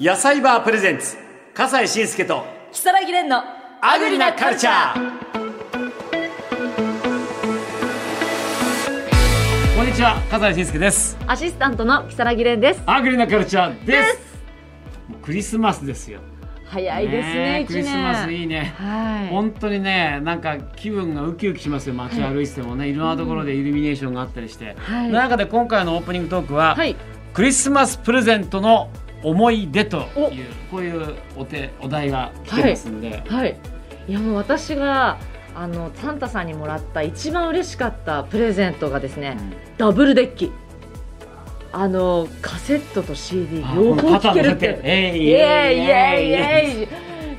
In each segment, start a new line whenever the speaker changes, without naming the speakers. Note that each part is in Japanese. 野菜バープレゼンツ笠西慎介と
木更木蓮の
アグリなカルチャーこんにちは笠西慎介です
アシスタントの木更木蓮です
アグリなカルチャーです
です
もうクリスマスですよ
早いです
ね
ね
え
一
クリスマスい
年
いね
は
本当にねなんか気分がウキウキしますよ街歩いててもねいろんなところでイルミネーションがあったりして、
はい
中で今回のオープニングトークは、
いはい
クリスマスプレゼントの思い出というこういうお手お題が来てますんで、
はいいやもう私があのサンタさんにもらった一番嬉しかったプレゼントがですね、ダブルデッキあのカセットと CD
あ
両方聴け
こ
るっ
の肩の
て
えいイ
イエイイ
エイイエイ
エイイエイっ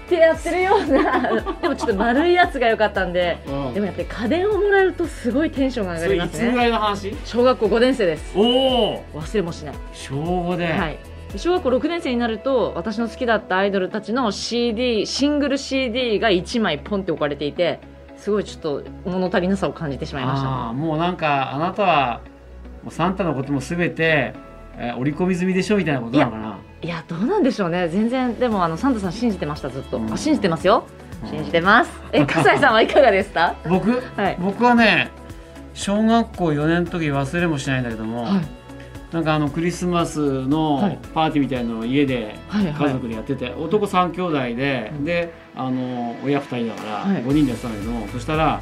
てやってるようなでもちょっと丸いやつが良かったんで
うん
でもやっぱり家電をもらえるとすごいテンションが上
そ
が
れ
りま
い
す
つぐ
ね
らいの話
小学校5年生です
おお
忘れもしない
小5で、
はい、小学校6年生になると私の好きだったアイドルたちの CD シングル CD が1枚ポンって置かれていてすごいちょっと物足りなさを感じてしまいました
ああもうなんかあなたはもうサンタのこともすべて、えー、織り込み済みでしょみたいなことなのかない
やどうなんでしょうね全然でもあのサンタさん信じてましたずっと、
うん
あ信じてますよ
うん
信じてます え笠井さんはいかがでした
僕
はい
僕はね小学校4年の時忘れもしないんだけども、
はい
なんかあのクリスマス
はい
のパーティーみたいなのを家で
はいはい
家族でやってて、男3兄弟で、
うん
であの親2人だから
はい
5人でやってたんだけども、そしたら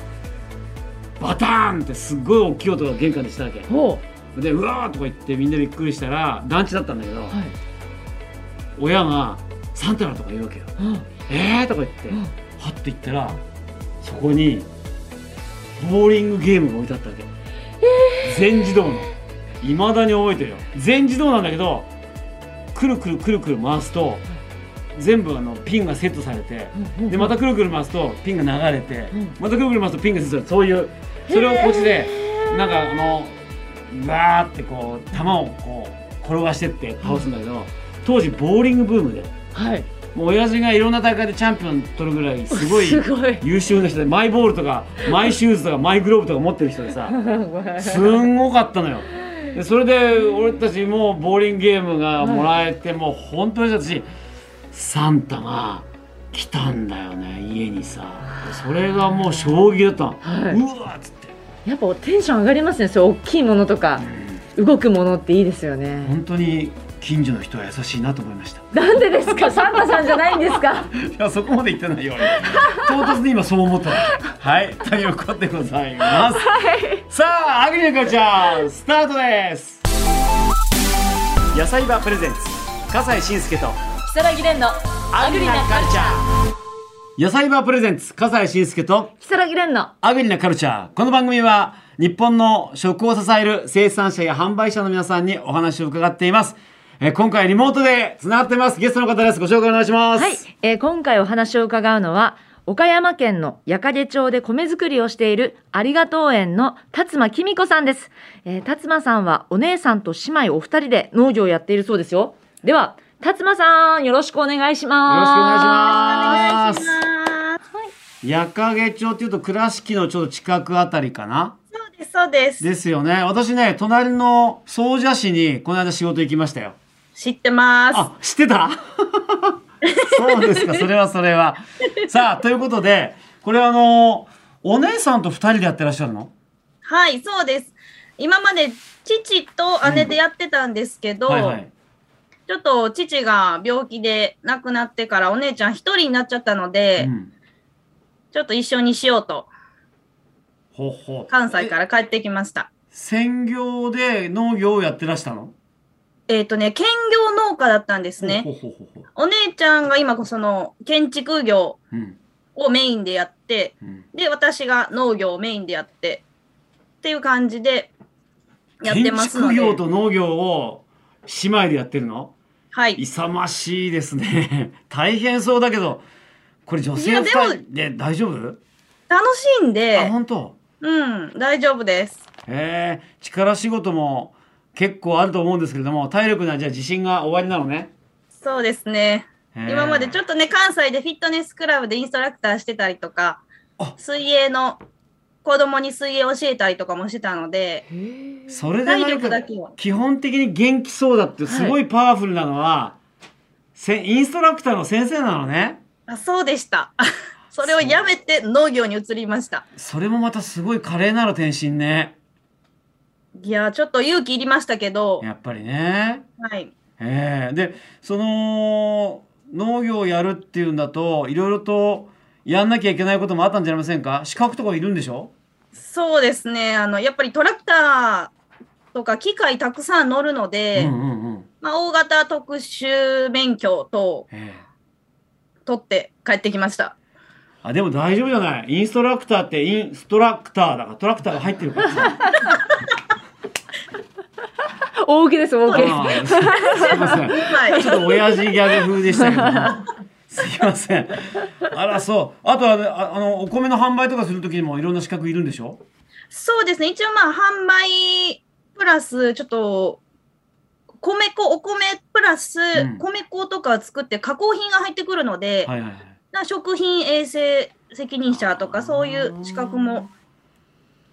バターンってすっごい大きい音が玄関でしたわけ
おう
でうわーとか言ってみんなびっくりしたら団地だったんだけど、
はい
親が「サンタだ」とか言うわけよ
あ
「えー」とか言って、
うん
はって行ったらそこにボーリングゲームが置いてあったわけ、全自動のいまだに覚えてるよ全自動なんだけどくるくるくるくる回すと全部あのピンがセットされて、
うんうん
でまたくるくる回すとピンが流れて、
うん
またくるくる回すとピンがセットされてそういうそれをこっちでなんかあのわーってこう球をこう転がしてって倒すんだけど、当時ボーリングブームで。
はい
もう親父がいろんな大会でチャンピオン取るぐらいすごい
すごい
優秀な人でマイボールとかマイシューズとかマイグローブとか持ってる人でさすんごかったのよでそれで俺たちもボーリングゲームがもらえて、もう本当に私サンタが来たんだよね家にさそれがもう衝撃だったの、
はいう
わっつって
やっぱテンション上がりますねそういう大きいものとか、動くものっていいですよね
本当に近所の人は優しいなと思いました
なんでですか、サンタさんじゃないんですか。
いやそこまで言ってないよ俺唐突に今そう思ったのはいということでございます、さあアグリのカルチャースタートです野菜場プレゼンツ笠西慎介と
木更木蓮のアグリなカルチャー。
野菜場プレゼンツ笠西慎介と
木更木蓮の。
アグリなカルチャーこの番組は日本の食を支える生産者や販売者の皆さんにお話を伺っていますえー今回リモートでつながってますゲストの方ですご紹介お願いします
はい、えー今回お話を伺うのは。岡山県の矢掛町で米作りをしているありがとう園の辰馬紀美子さんです、えー、辰馬さんはお姉さんと姉妹お二人で農業をやっているそうですよでは辰馬さんよろしくお願いし
よろしくお願い
ます
します。矢掛町っていうと倉敷のちょっと近くあたりかな
そうです、そうです。
ですよね。私ね、隣の総社市にこの間仕事行きましたよ。
知ってま
あ、知ってた そうですか、それはそれは。さあ、ということで、これはあの、お姉さんと二人でやってらっしゃるの
す。はい、そうです。今まで父と姉でやってたんですけど、
はいはい。
ちょっと父が病気で亡くなってからお姉ちゃん一人になっちゃったので、
うん
ちょっと一緒にしようと
ほうほう
関西から帰ってきました。
専業で農業をやってらしたの
えっ、とね、兼業農家だったんですね
ほ。うほうほうほうほ
お姉ちゃんが今その建築業
う。うん。
をメインでやって、
うん、
で私が農業をメインでやってっていう感じでやってますの
建
で。
築業と農業を姉妹でやってるの
はい。
勇ましいですね 大変そうだけどこれ女
い
性
や
2
でも
人で大丈夫
楽しん
あ
で、
本当
うん、大丈夫です。
へえ力仕事も結構あると思うんですけれども体力にはじゃあ自信が終わりなのね
そうですね。今までちょ
っ
っとね、関西でフィットネスクラブでインストラクターしてたりとか
あ、
水泳の子供に水泳教えたりとかもしてたので、
とそれで
体
なん
力
か
だけは。
基本的に元気そうだってすごいパワフルなのは、せインストラクターの先生なのね
あそうでした それをやめて農業に移りました
それもまたすごい華麗なる転身ね
いやちょっと勇気いりましたけど、
やっぱりね
はい、
ええでその農業をやるっていうんだといろいろとやんなきゃいけないこともあったんじゃありませんか資格とかいるんでしょ
そうですねあのやっぱりトラクターとか機械たくさん乗るので、
うんうんうん
まあ、大型特殊免許等
ええ
取って帰ってきました
あでも大丈夫じゃないインストラクターってインストラクターだからトラクターが入ってるからさ
大受けです、大受け。
あーすいません
は い
ちょっと親父ギャグ風でしたけど。すいません。あら、そう。あとはね、ああの、お米の販売とかする時にもいろんな資格いるんでしょ
そうですね一応まあ販売プラスちょっと米粉お米プラス
うん
米粉とか作って加工品が入ってくるので、
はいはいはい。
な食品衛生責任者とかそういう資格も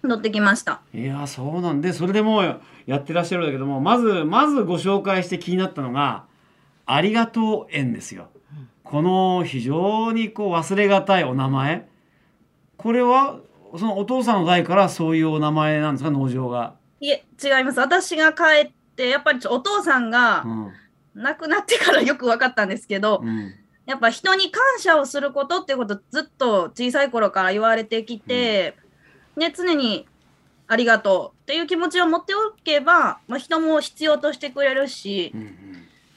乗ってきました
いや、そうなんで、それでもうやってらっしゃるんだけども、まず、まずご紹介して気になったのが、ありがとう園ですよ。この非常にこう忘れがたいお名前。これは、そのお父さんの代からそういうお名前なんですか、農場が。
いえ違います私が帰ってやっぱりちょお父さんが
うん。
亡くなってからよく分かったんですけど、
うん。
やっぱ人に感謝をすることっていうことずっと小さい頃から言われてきて、ね、常にありがとうっていう気持ちを持っておけば、まあ、人も必要としてくれるし
うんうん。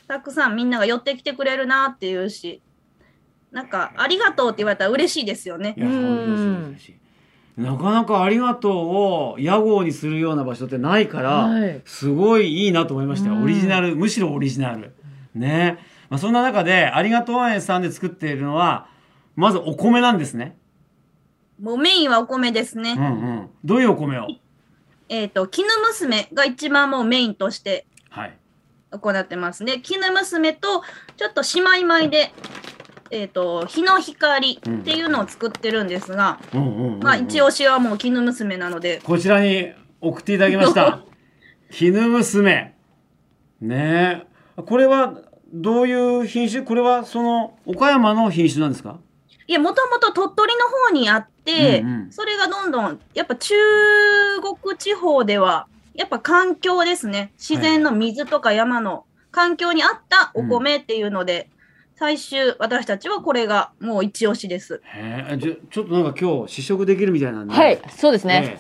たくさんみんなが寄ってきてくれるなっていうしなんかありがとうって言われたら嬉しいですよね
い。や、
う
そ
ん
うですし。なかなかありがとうを屋号にするような場所ってないから、
はい
すごいいいなと思いましたよ。
うん
オリジナル、むしろオリジナル。ね。まあ、そんな中で、ありがとう園さんで作っているのは、まずお米なんですね。
もうメインはお米です
う
ね。
んうん。どういうお米を
えっ、と、絹娘が一番もうメインとして
はい。
行ってますね。絹娘とちょっと姉妹米で、えっ、と、日の光っていうのを作ってるんですが、
うんうんうんうん
まあ、一押しはもう絹娘なので、
こちらに送っていただきま した。絹娘。ねえ。これは、どういう品種これは、その、岡山の品種なんですか
いや、もともと鳥取の方にあって、
うんうん
それがどんどん、やっぱ中国地方では、やっぱ環境ですね。自然の水とか山の環境に合ったお米っていうので、最終私たちはこれがもう一押しです。
へえ、じゃちょっとなんか今日試食できるみたいなんで。
はい、そうですね。
ね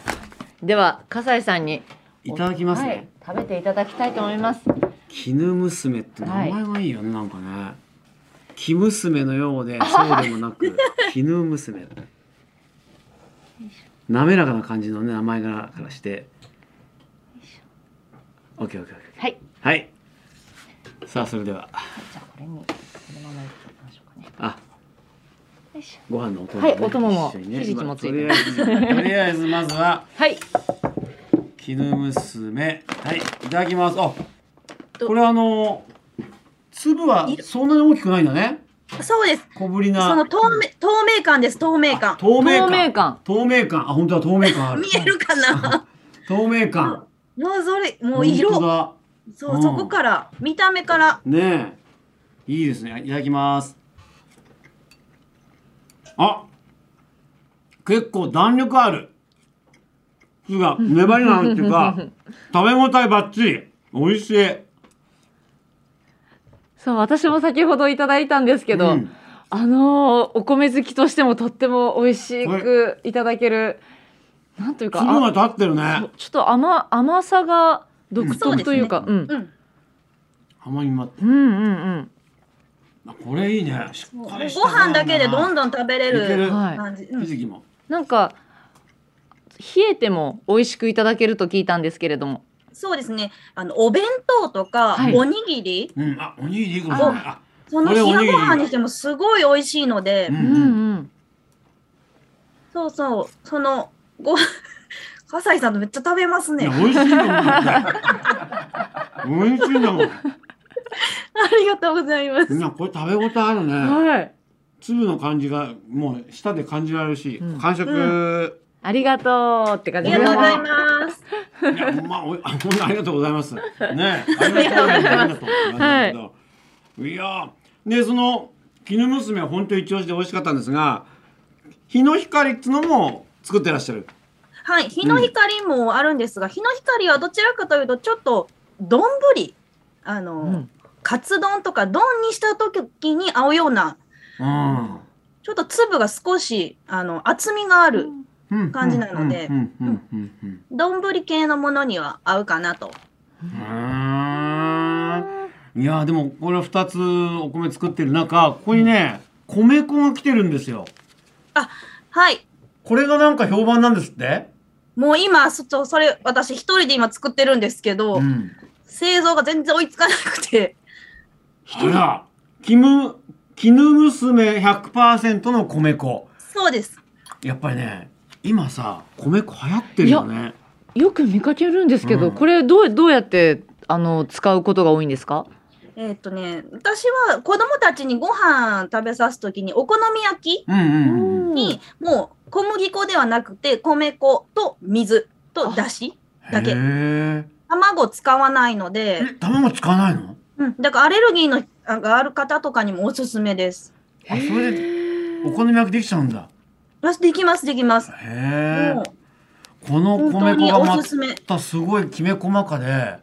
では、笠井さんに。
えいただきますね。
はい食べていただきたいと思います。
絹娘って名前がいいよね、なんかね。生娘のようで、そうでもな く、絹娘。滑らかな感じのね、名前からからして。オッケーオッケーオッケー。
はい。
はい。さあ、それでは、
じゃあこれにこのままいっておきましょうかね。
あ、
よいしょ
ご飯のお供、
はいお供も
一緒にね
ひじきもついて
まあとりあえず、とりあえずまずは
はい。
絹娘。はい、いただきます。あ、
と
これあの粒はそんなに大きくないんだね。
そうです。
小ぶりな。
その透明透明感です、透明感。
透明
透明
感。
感。
透明感。あ、本当だ透明感ある
見。えるか な
透明感。
もうそれ、も
本当
う色。
だ。
そうう、
ん
そこから、見た目から。
ねえ。いいですね。いただきます。あ、結構弾力ある。つうか粘りがあるっていう か、食べ応えばっちり。美味しい。
そう、私も先ほどいただいたんですけど、
うん
あのーお米好きとしてもとっても美味しくいただける、なんというか、
粒が
あ
立ってるね。
ちょっと甘甘さが独特というか、
う
う、
ん
うん。
甘みもあって。
うん、うん、
あこれいいね。しっかりした
ご飯だけでどん
ど
どん食べれ
いけ
る
うん、
る
はい。
感じ。うん
ひじきも。
なんか冷えても美味しくいただけると聞いたんですけれども、
そうですね。あのお弁当とか、
はい
おにぎり、
うん、あ、おにぎりいいかもしれない。あ、
その
これ
冷
おにぎり
やご飯にしてもすごい美味しいので、
うん
うんう ん、
そうそう、そのご 笠井さんのめっちゃ食べます
い
ね。
や、
あ
美味しいと思う。美味しいなもん。
りがとうございます。
いや、これ食べ応えあるね。
はい、
粒の感じが、もう舌で感じられるし
う、ん
感触。い
ありがとうって
あ
感じ
り
で
が
す
とう
ね
ございます。
や、ほんま、おい、あ ほんとありがとうございます。ねえ、ありがとうございます。ありがとうございます。いやー、でその絹娘は本当一押しで美味しかったんですが日の光っつのも作ってらっしゃる
はい、日の光もあるんですが、日の光はどちらかというと、ちょっと丼、あの、
うん
カツ丼とか丼にした時に合うような、
うん
ちょっと粒が少し、あの、厚みがある
うん
感じなので
うんうんうんうん
丼系のものには合うかなと。
うんうんいやでもこれ2つお米作ってる中ここにね米粉が来てるんですよ
はい。
これがなんか評判なんですって
もう今、そちょそれ、私一人で今作ってるんですけど、
ん
製造が全然追いつかなくて、
あらキム絹娘100%の米粉
そうです。
やっぱりね今さ米粉流行ってるよね
よく見かけるんですけど、
うん
これどうどうやってあの使うことが多いんですか？
えーっとね、私は子供たちにご飯食べさす時にお好み焼き
うんうんうん
に、もう小麦粉ではなくて米粉と水とだしだけ
へえ
卵使わないので、
え卵使わないの
うん、だからアレルギーのあがある方とかにもおすすめです。
あそれでお好み焼きできちゃうんだ
あできますできます。
へえ
もう
この
本当
米粉
に
が
お
ます
すめ。
たすごいきめ細かで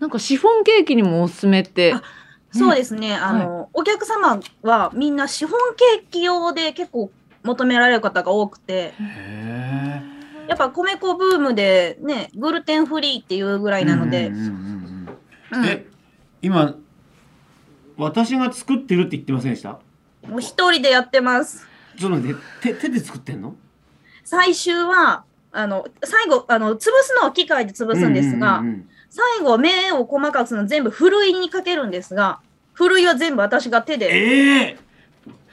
なんかシフォンケーキにもおすすめって
あ。そうですね、あの、お客様はみんなシフォンケーキ用で結構求められる方が多くて、
へえ
やっぱ米粉ブームでね、グルテンフリーっていうぐらいなので、
うんうんうん
うん
え今私が作ってるって言ってませんでした
もう一人でやってます。
ちょっと待って手手で作ってんの
最終は、あの、最後、あの、潰すのは機械で潰すんですが、
うんうんうん
最後、目を細かくするの全部ふるいにかけるんですが、ふるいは全部私が手で、
ええ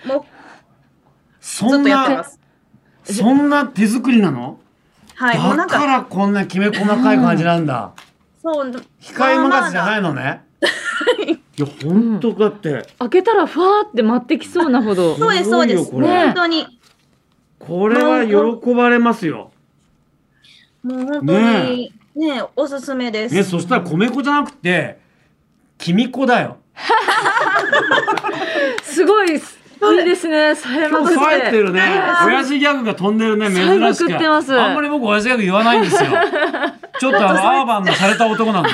もう
そ
ずっ
ん
とやってま
な
す。
そんな手作りなの、
はい、もう
だ
なん
か
か、
らこんなきめ細かい感じなんだ、
そう、。
機械任せじゃないいのね、いや本当だって
開けたらファーって舞ってきそうなほど。
そうです、そうです。
すごいよこ
れ
本当に。
これは喜ばれますよ、
もう本当にねおすすめです。
ね、そしたら米粉じゃなくて黄身粉だよ
すごいすいいですね。さえま
今
く
日
っ
冴えて
て。
るね親父ギャグが飛んでるね珍
冴えま
し
く
く
ってます
あんまり僕親父ギャグ言わないんで すよちょっとあのアーバンのされた男なんで、え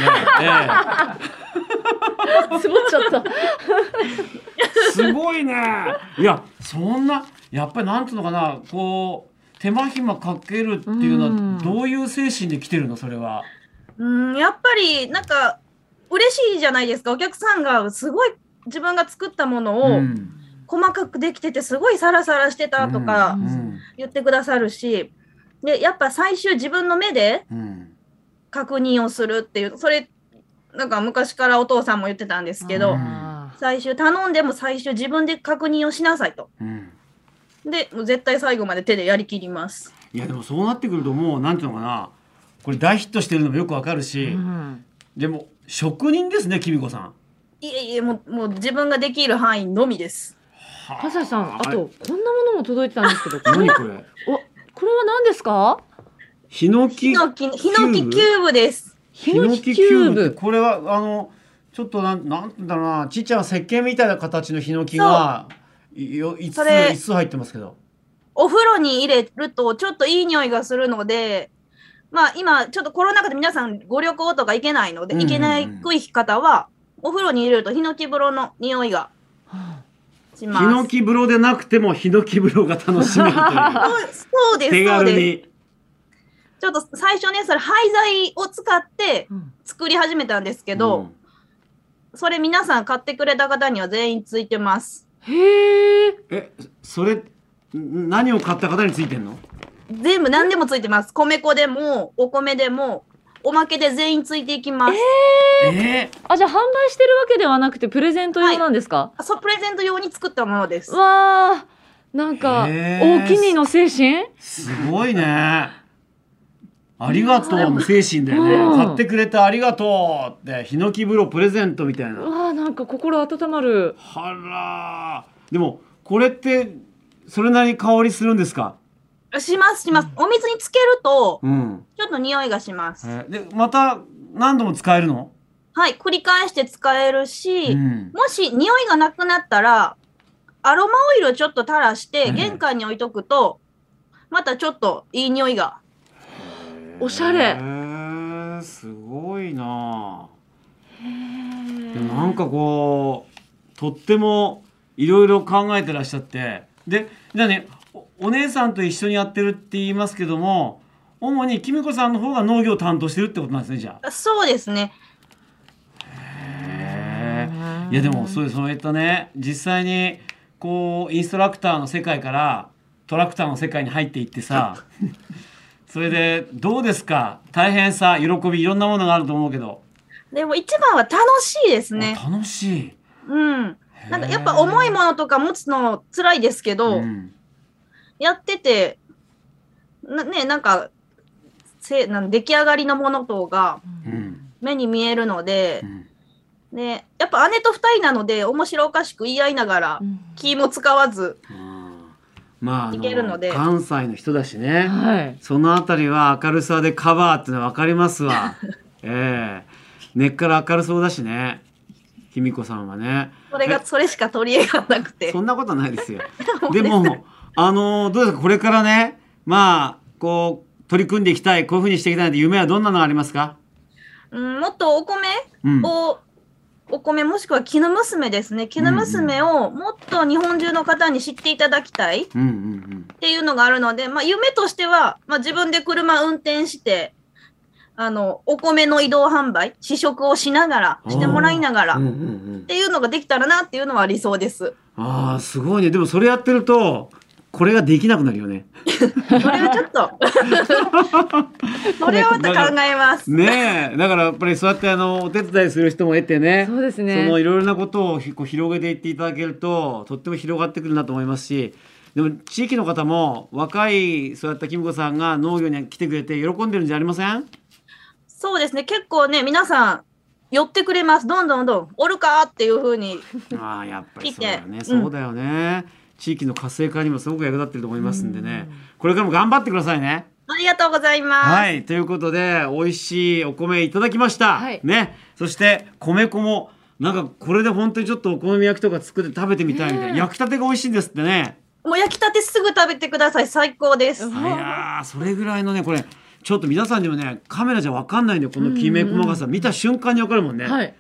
つぼっちゃった。
えすごいねいやそんなやっぱりなんつうのかなこう手間暇かけるっていう
う
の
ん
はどういう精神で来てるのそれは
うんやっぱりなんか嬉しいじゃないですかお客さんがすごい自分が作ったもの
う
を
ん
細かくできててすごいサラサラしてたと
う
か
ん
言ってくださるし、でやっぱ最終自分の目で
うん
確認をするっていうそれなんか昔からお父さんも言ってたんですけど、
うん
最終頼んでも最終自分で確認をしなさいと。
うん
でもう絶対最後まで手でやりきります。
いやでもそうなってくるともうなんていうのかなこれ大ヒットしてるのもよくわかるし、
うん
でも職人ですねきみこさん。
いえいえもうもう自分ができる範囲のみです。
笠井さん、あ
はい
とこんなものも届いてたんですけど、これ
何これ
おこれは何ですか？
ヒノキ
ヒノキ、ヒノキキューブです。
ヒノキキュー
ヒノキって
ブ。
これはあのちょっとなんなんて言うんだろうなちっちゃな石鹸みたいな形のヒノキがいよ五つ
それ
五つ入ってますけど。
お風呂に入れるとちょっといい匂いがするので、まあ今ちょっとコロナ禍で皆さんご旅行とか行けないので、
うんうんうん
行けないくい方は、お風呂に入れるとヒノキ風呂の匂いがし
ヒ
ます。
ノキ風呂でなくてもヒノキ風呂が楽しめるという
そうそうです、
手
そう
軽
です。
に。
ちょっと最初ね、それ廃材を使って
うん
作り始めたんですけ
う
ど、
ん
それ皆さん買ってくれた方には全員ついてます。
へえ。
えそれん何を買った方についてんの？
全部何でもついてます。米粉でも、お米でも、おまけで全員ついていきます。
え
あじゃあ販売してるわけではなくてプレゼント用なんですか？
あそうプレゼント用に作ったものです。
わあなんか
へー
おおきにの精神？
ー、すごいね。ありがとうの精神だよね、
うん
買ってくれてありがとうってヒノキ風呂プレゼントみたいな。
わあなんか心温まる。
はらーでもこれってそれなりに香りするんですか
しますします。お水につけると
うん
ちょっと匂いがします。
でまた何度も使えるの
はい、繰り返して使えるし、
うん
もし匂いがなくなったら、アロマオイルをちょっと垂らして、
うん
玄関に置いとくと、またちょっといい匂いが。
おしゃれ
へーすごいなでもな
なん
かこうとってもいろいろ考えてらっしゃってでじゃあねおお姉さんと一緒にやってるって言いますけども主にきみこさんの方が農業を担当してるってことなんですねじゃあ。
そうですね。
へーいやでもそうですそういったね実際にこうインストラクターの世界からトラクターの世界に入っていって さそれでどうですか大変さ喜びいろんなものがあると思うけど、
でも一番は楽しいですね。
楽しい
うん。なんかやっぱ重いものとか持つの辛いですけど、
うん
やってて、なね、なんか、せなん出来上がりのものとか
うん
目に見えるので
う、ん
ね、やっぱ姉と二人なので面白おかしく言い合いながら
うん
気も使わず、
うんまああ
いけるので
関西の人だしね
はい
そのあたりは明るさでカバーってのは分かります わええ根っから明るそうだしね卑弥呼さんはね
それがそれしか取り柄がなくて
そんなことない ですよ。でも、あのどうですか、これからね、まあ、こう、取り組んでいきたい、こういうふうにしていきたいなんて夢はどんなのがありますか。
うん、もっとお米
うん。
を、お米もしくは絹娘ですね絹娘をもっと日本中の方に知っていただきたいっ
うんうん
ていうのがあるので、まあ、夢としては、まあ、自分で車運転してあのお米の移動販売試食をしながらしてもらいながら
うん。うん
っ
うんうん。
ていうのができたらなっていうのは理想です。
ああ、すごいね、でも、それやってると、これができなくなるよね。
それはちょ っとそれはまた考えます。
ねえ、だから、やっぱり、そうやって、あの、お手伝いする人も得てね。
そうです
その
ね
いろいろなことをひこう広げていっていただけるととっても広がってくるなと思いますしでも地域の方も若いそうやったきみこさんが農業に来てくれて喜んでるんじゃありません
そうですね、結構ね、皆さん寄ってくれます。どんどんどん、おるかっていうふうに。
ああやっぱりそ
来
う
て
だよね、
うん
そうだよね地域の活性化にもすごく役立ってると思いますんでね、これからも頑張ってくださいね。
ありがとうございます。
はいということで美味しいお米いただきました、
はい
ねそして米粉もなんかこれで本当にちょっとお好み焼きとか作って食べてみたいみたいな、
ねえ
焼きたてが美味しいんですってね
もう焼きたてすぐ食べてください。最高です。
うん
いやーそれぐらいのねこれちょっと皆さんにもねカメラじゃ分かんないんだよこのきめ細かさ、見た瞬間に分かるもんね、
はい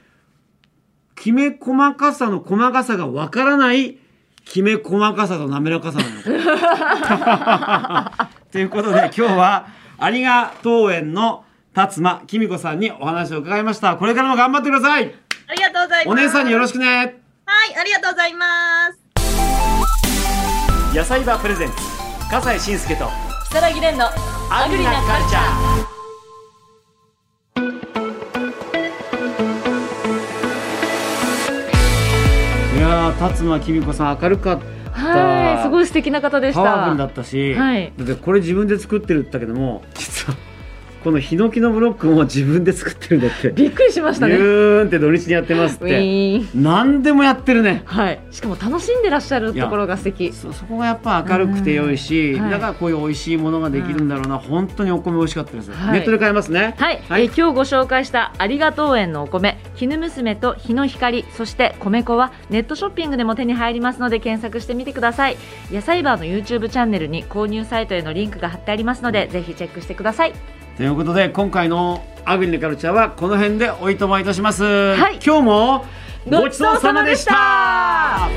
きめ細かさの細かさがわからないきめ細かさと滑らかさな の。ということで今日は有賀桃園の辰間きみ子さんにお話を伺いました。これからも頑張ってください。
ありがとうございます。
お姉さんによろ
しく。
しくね。
はい、ありがとうございます。
野菜場プレゼンツ笠西慎介と
木更木蓮の
アグリなカルチャー。いやー辰間きみ子さん明るかった。
はいすごい素敵な方でした
パワフルだったし、
はい
だってこれ自分で作ってるって言ったけども実はこのヒノキのブロックも自分で作ってるんだって
びっくりしました
ビ
ね
ューンって土日にやってますっ
ウ
て
ィーン
何でもやってるね
はいしかも楽しんでらっしゃるところが素敵
そそこがやっぱ明るくて良いし、
うんはい
だからこういう美味しいものができるんだろうな、本当にお米美味しかったです、
は
ネ
い
ットで買えますね
はい、
はい
えー今日ご紹介した「ありがとう園のお米」「絹娘」と「日の光」そして「米粉」はネットショッピングでも手に入りますので検索してみてください野菜バーの YouTube チャンネルに購入サイトへのリンクが貼ってありますのでぜひチェックしてください
ということで今回のアグリのカルチャーはこの辺でおいとまいたします、
い
今日もごちそうさまでした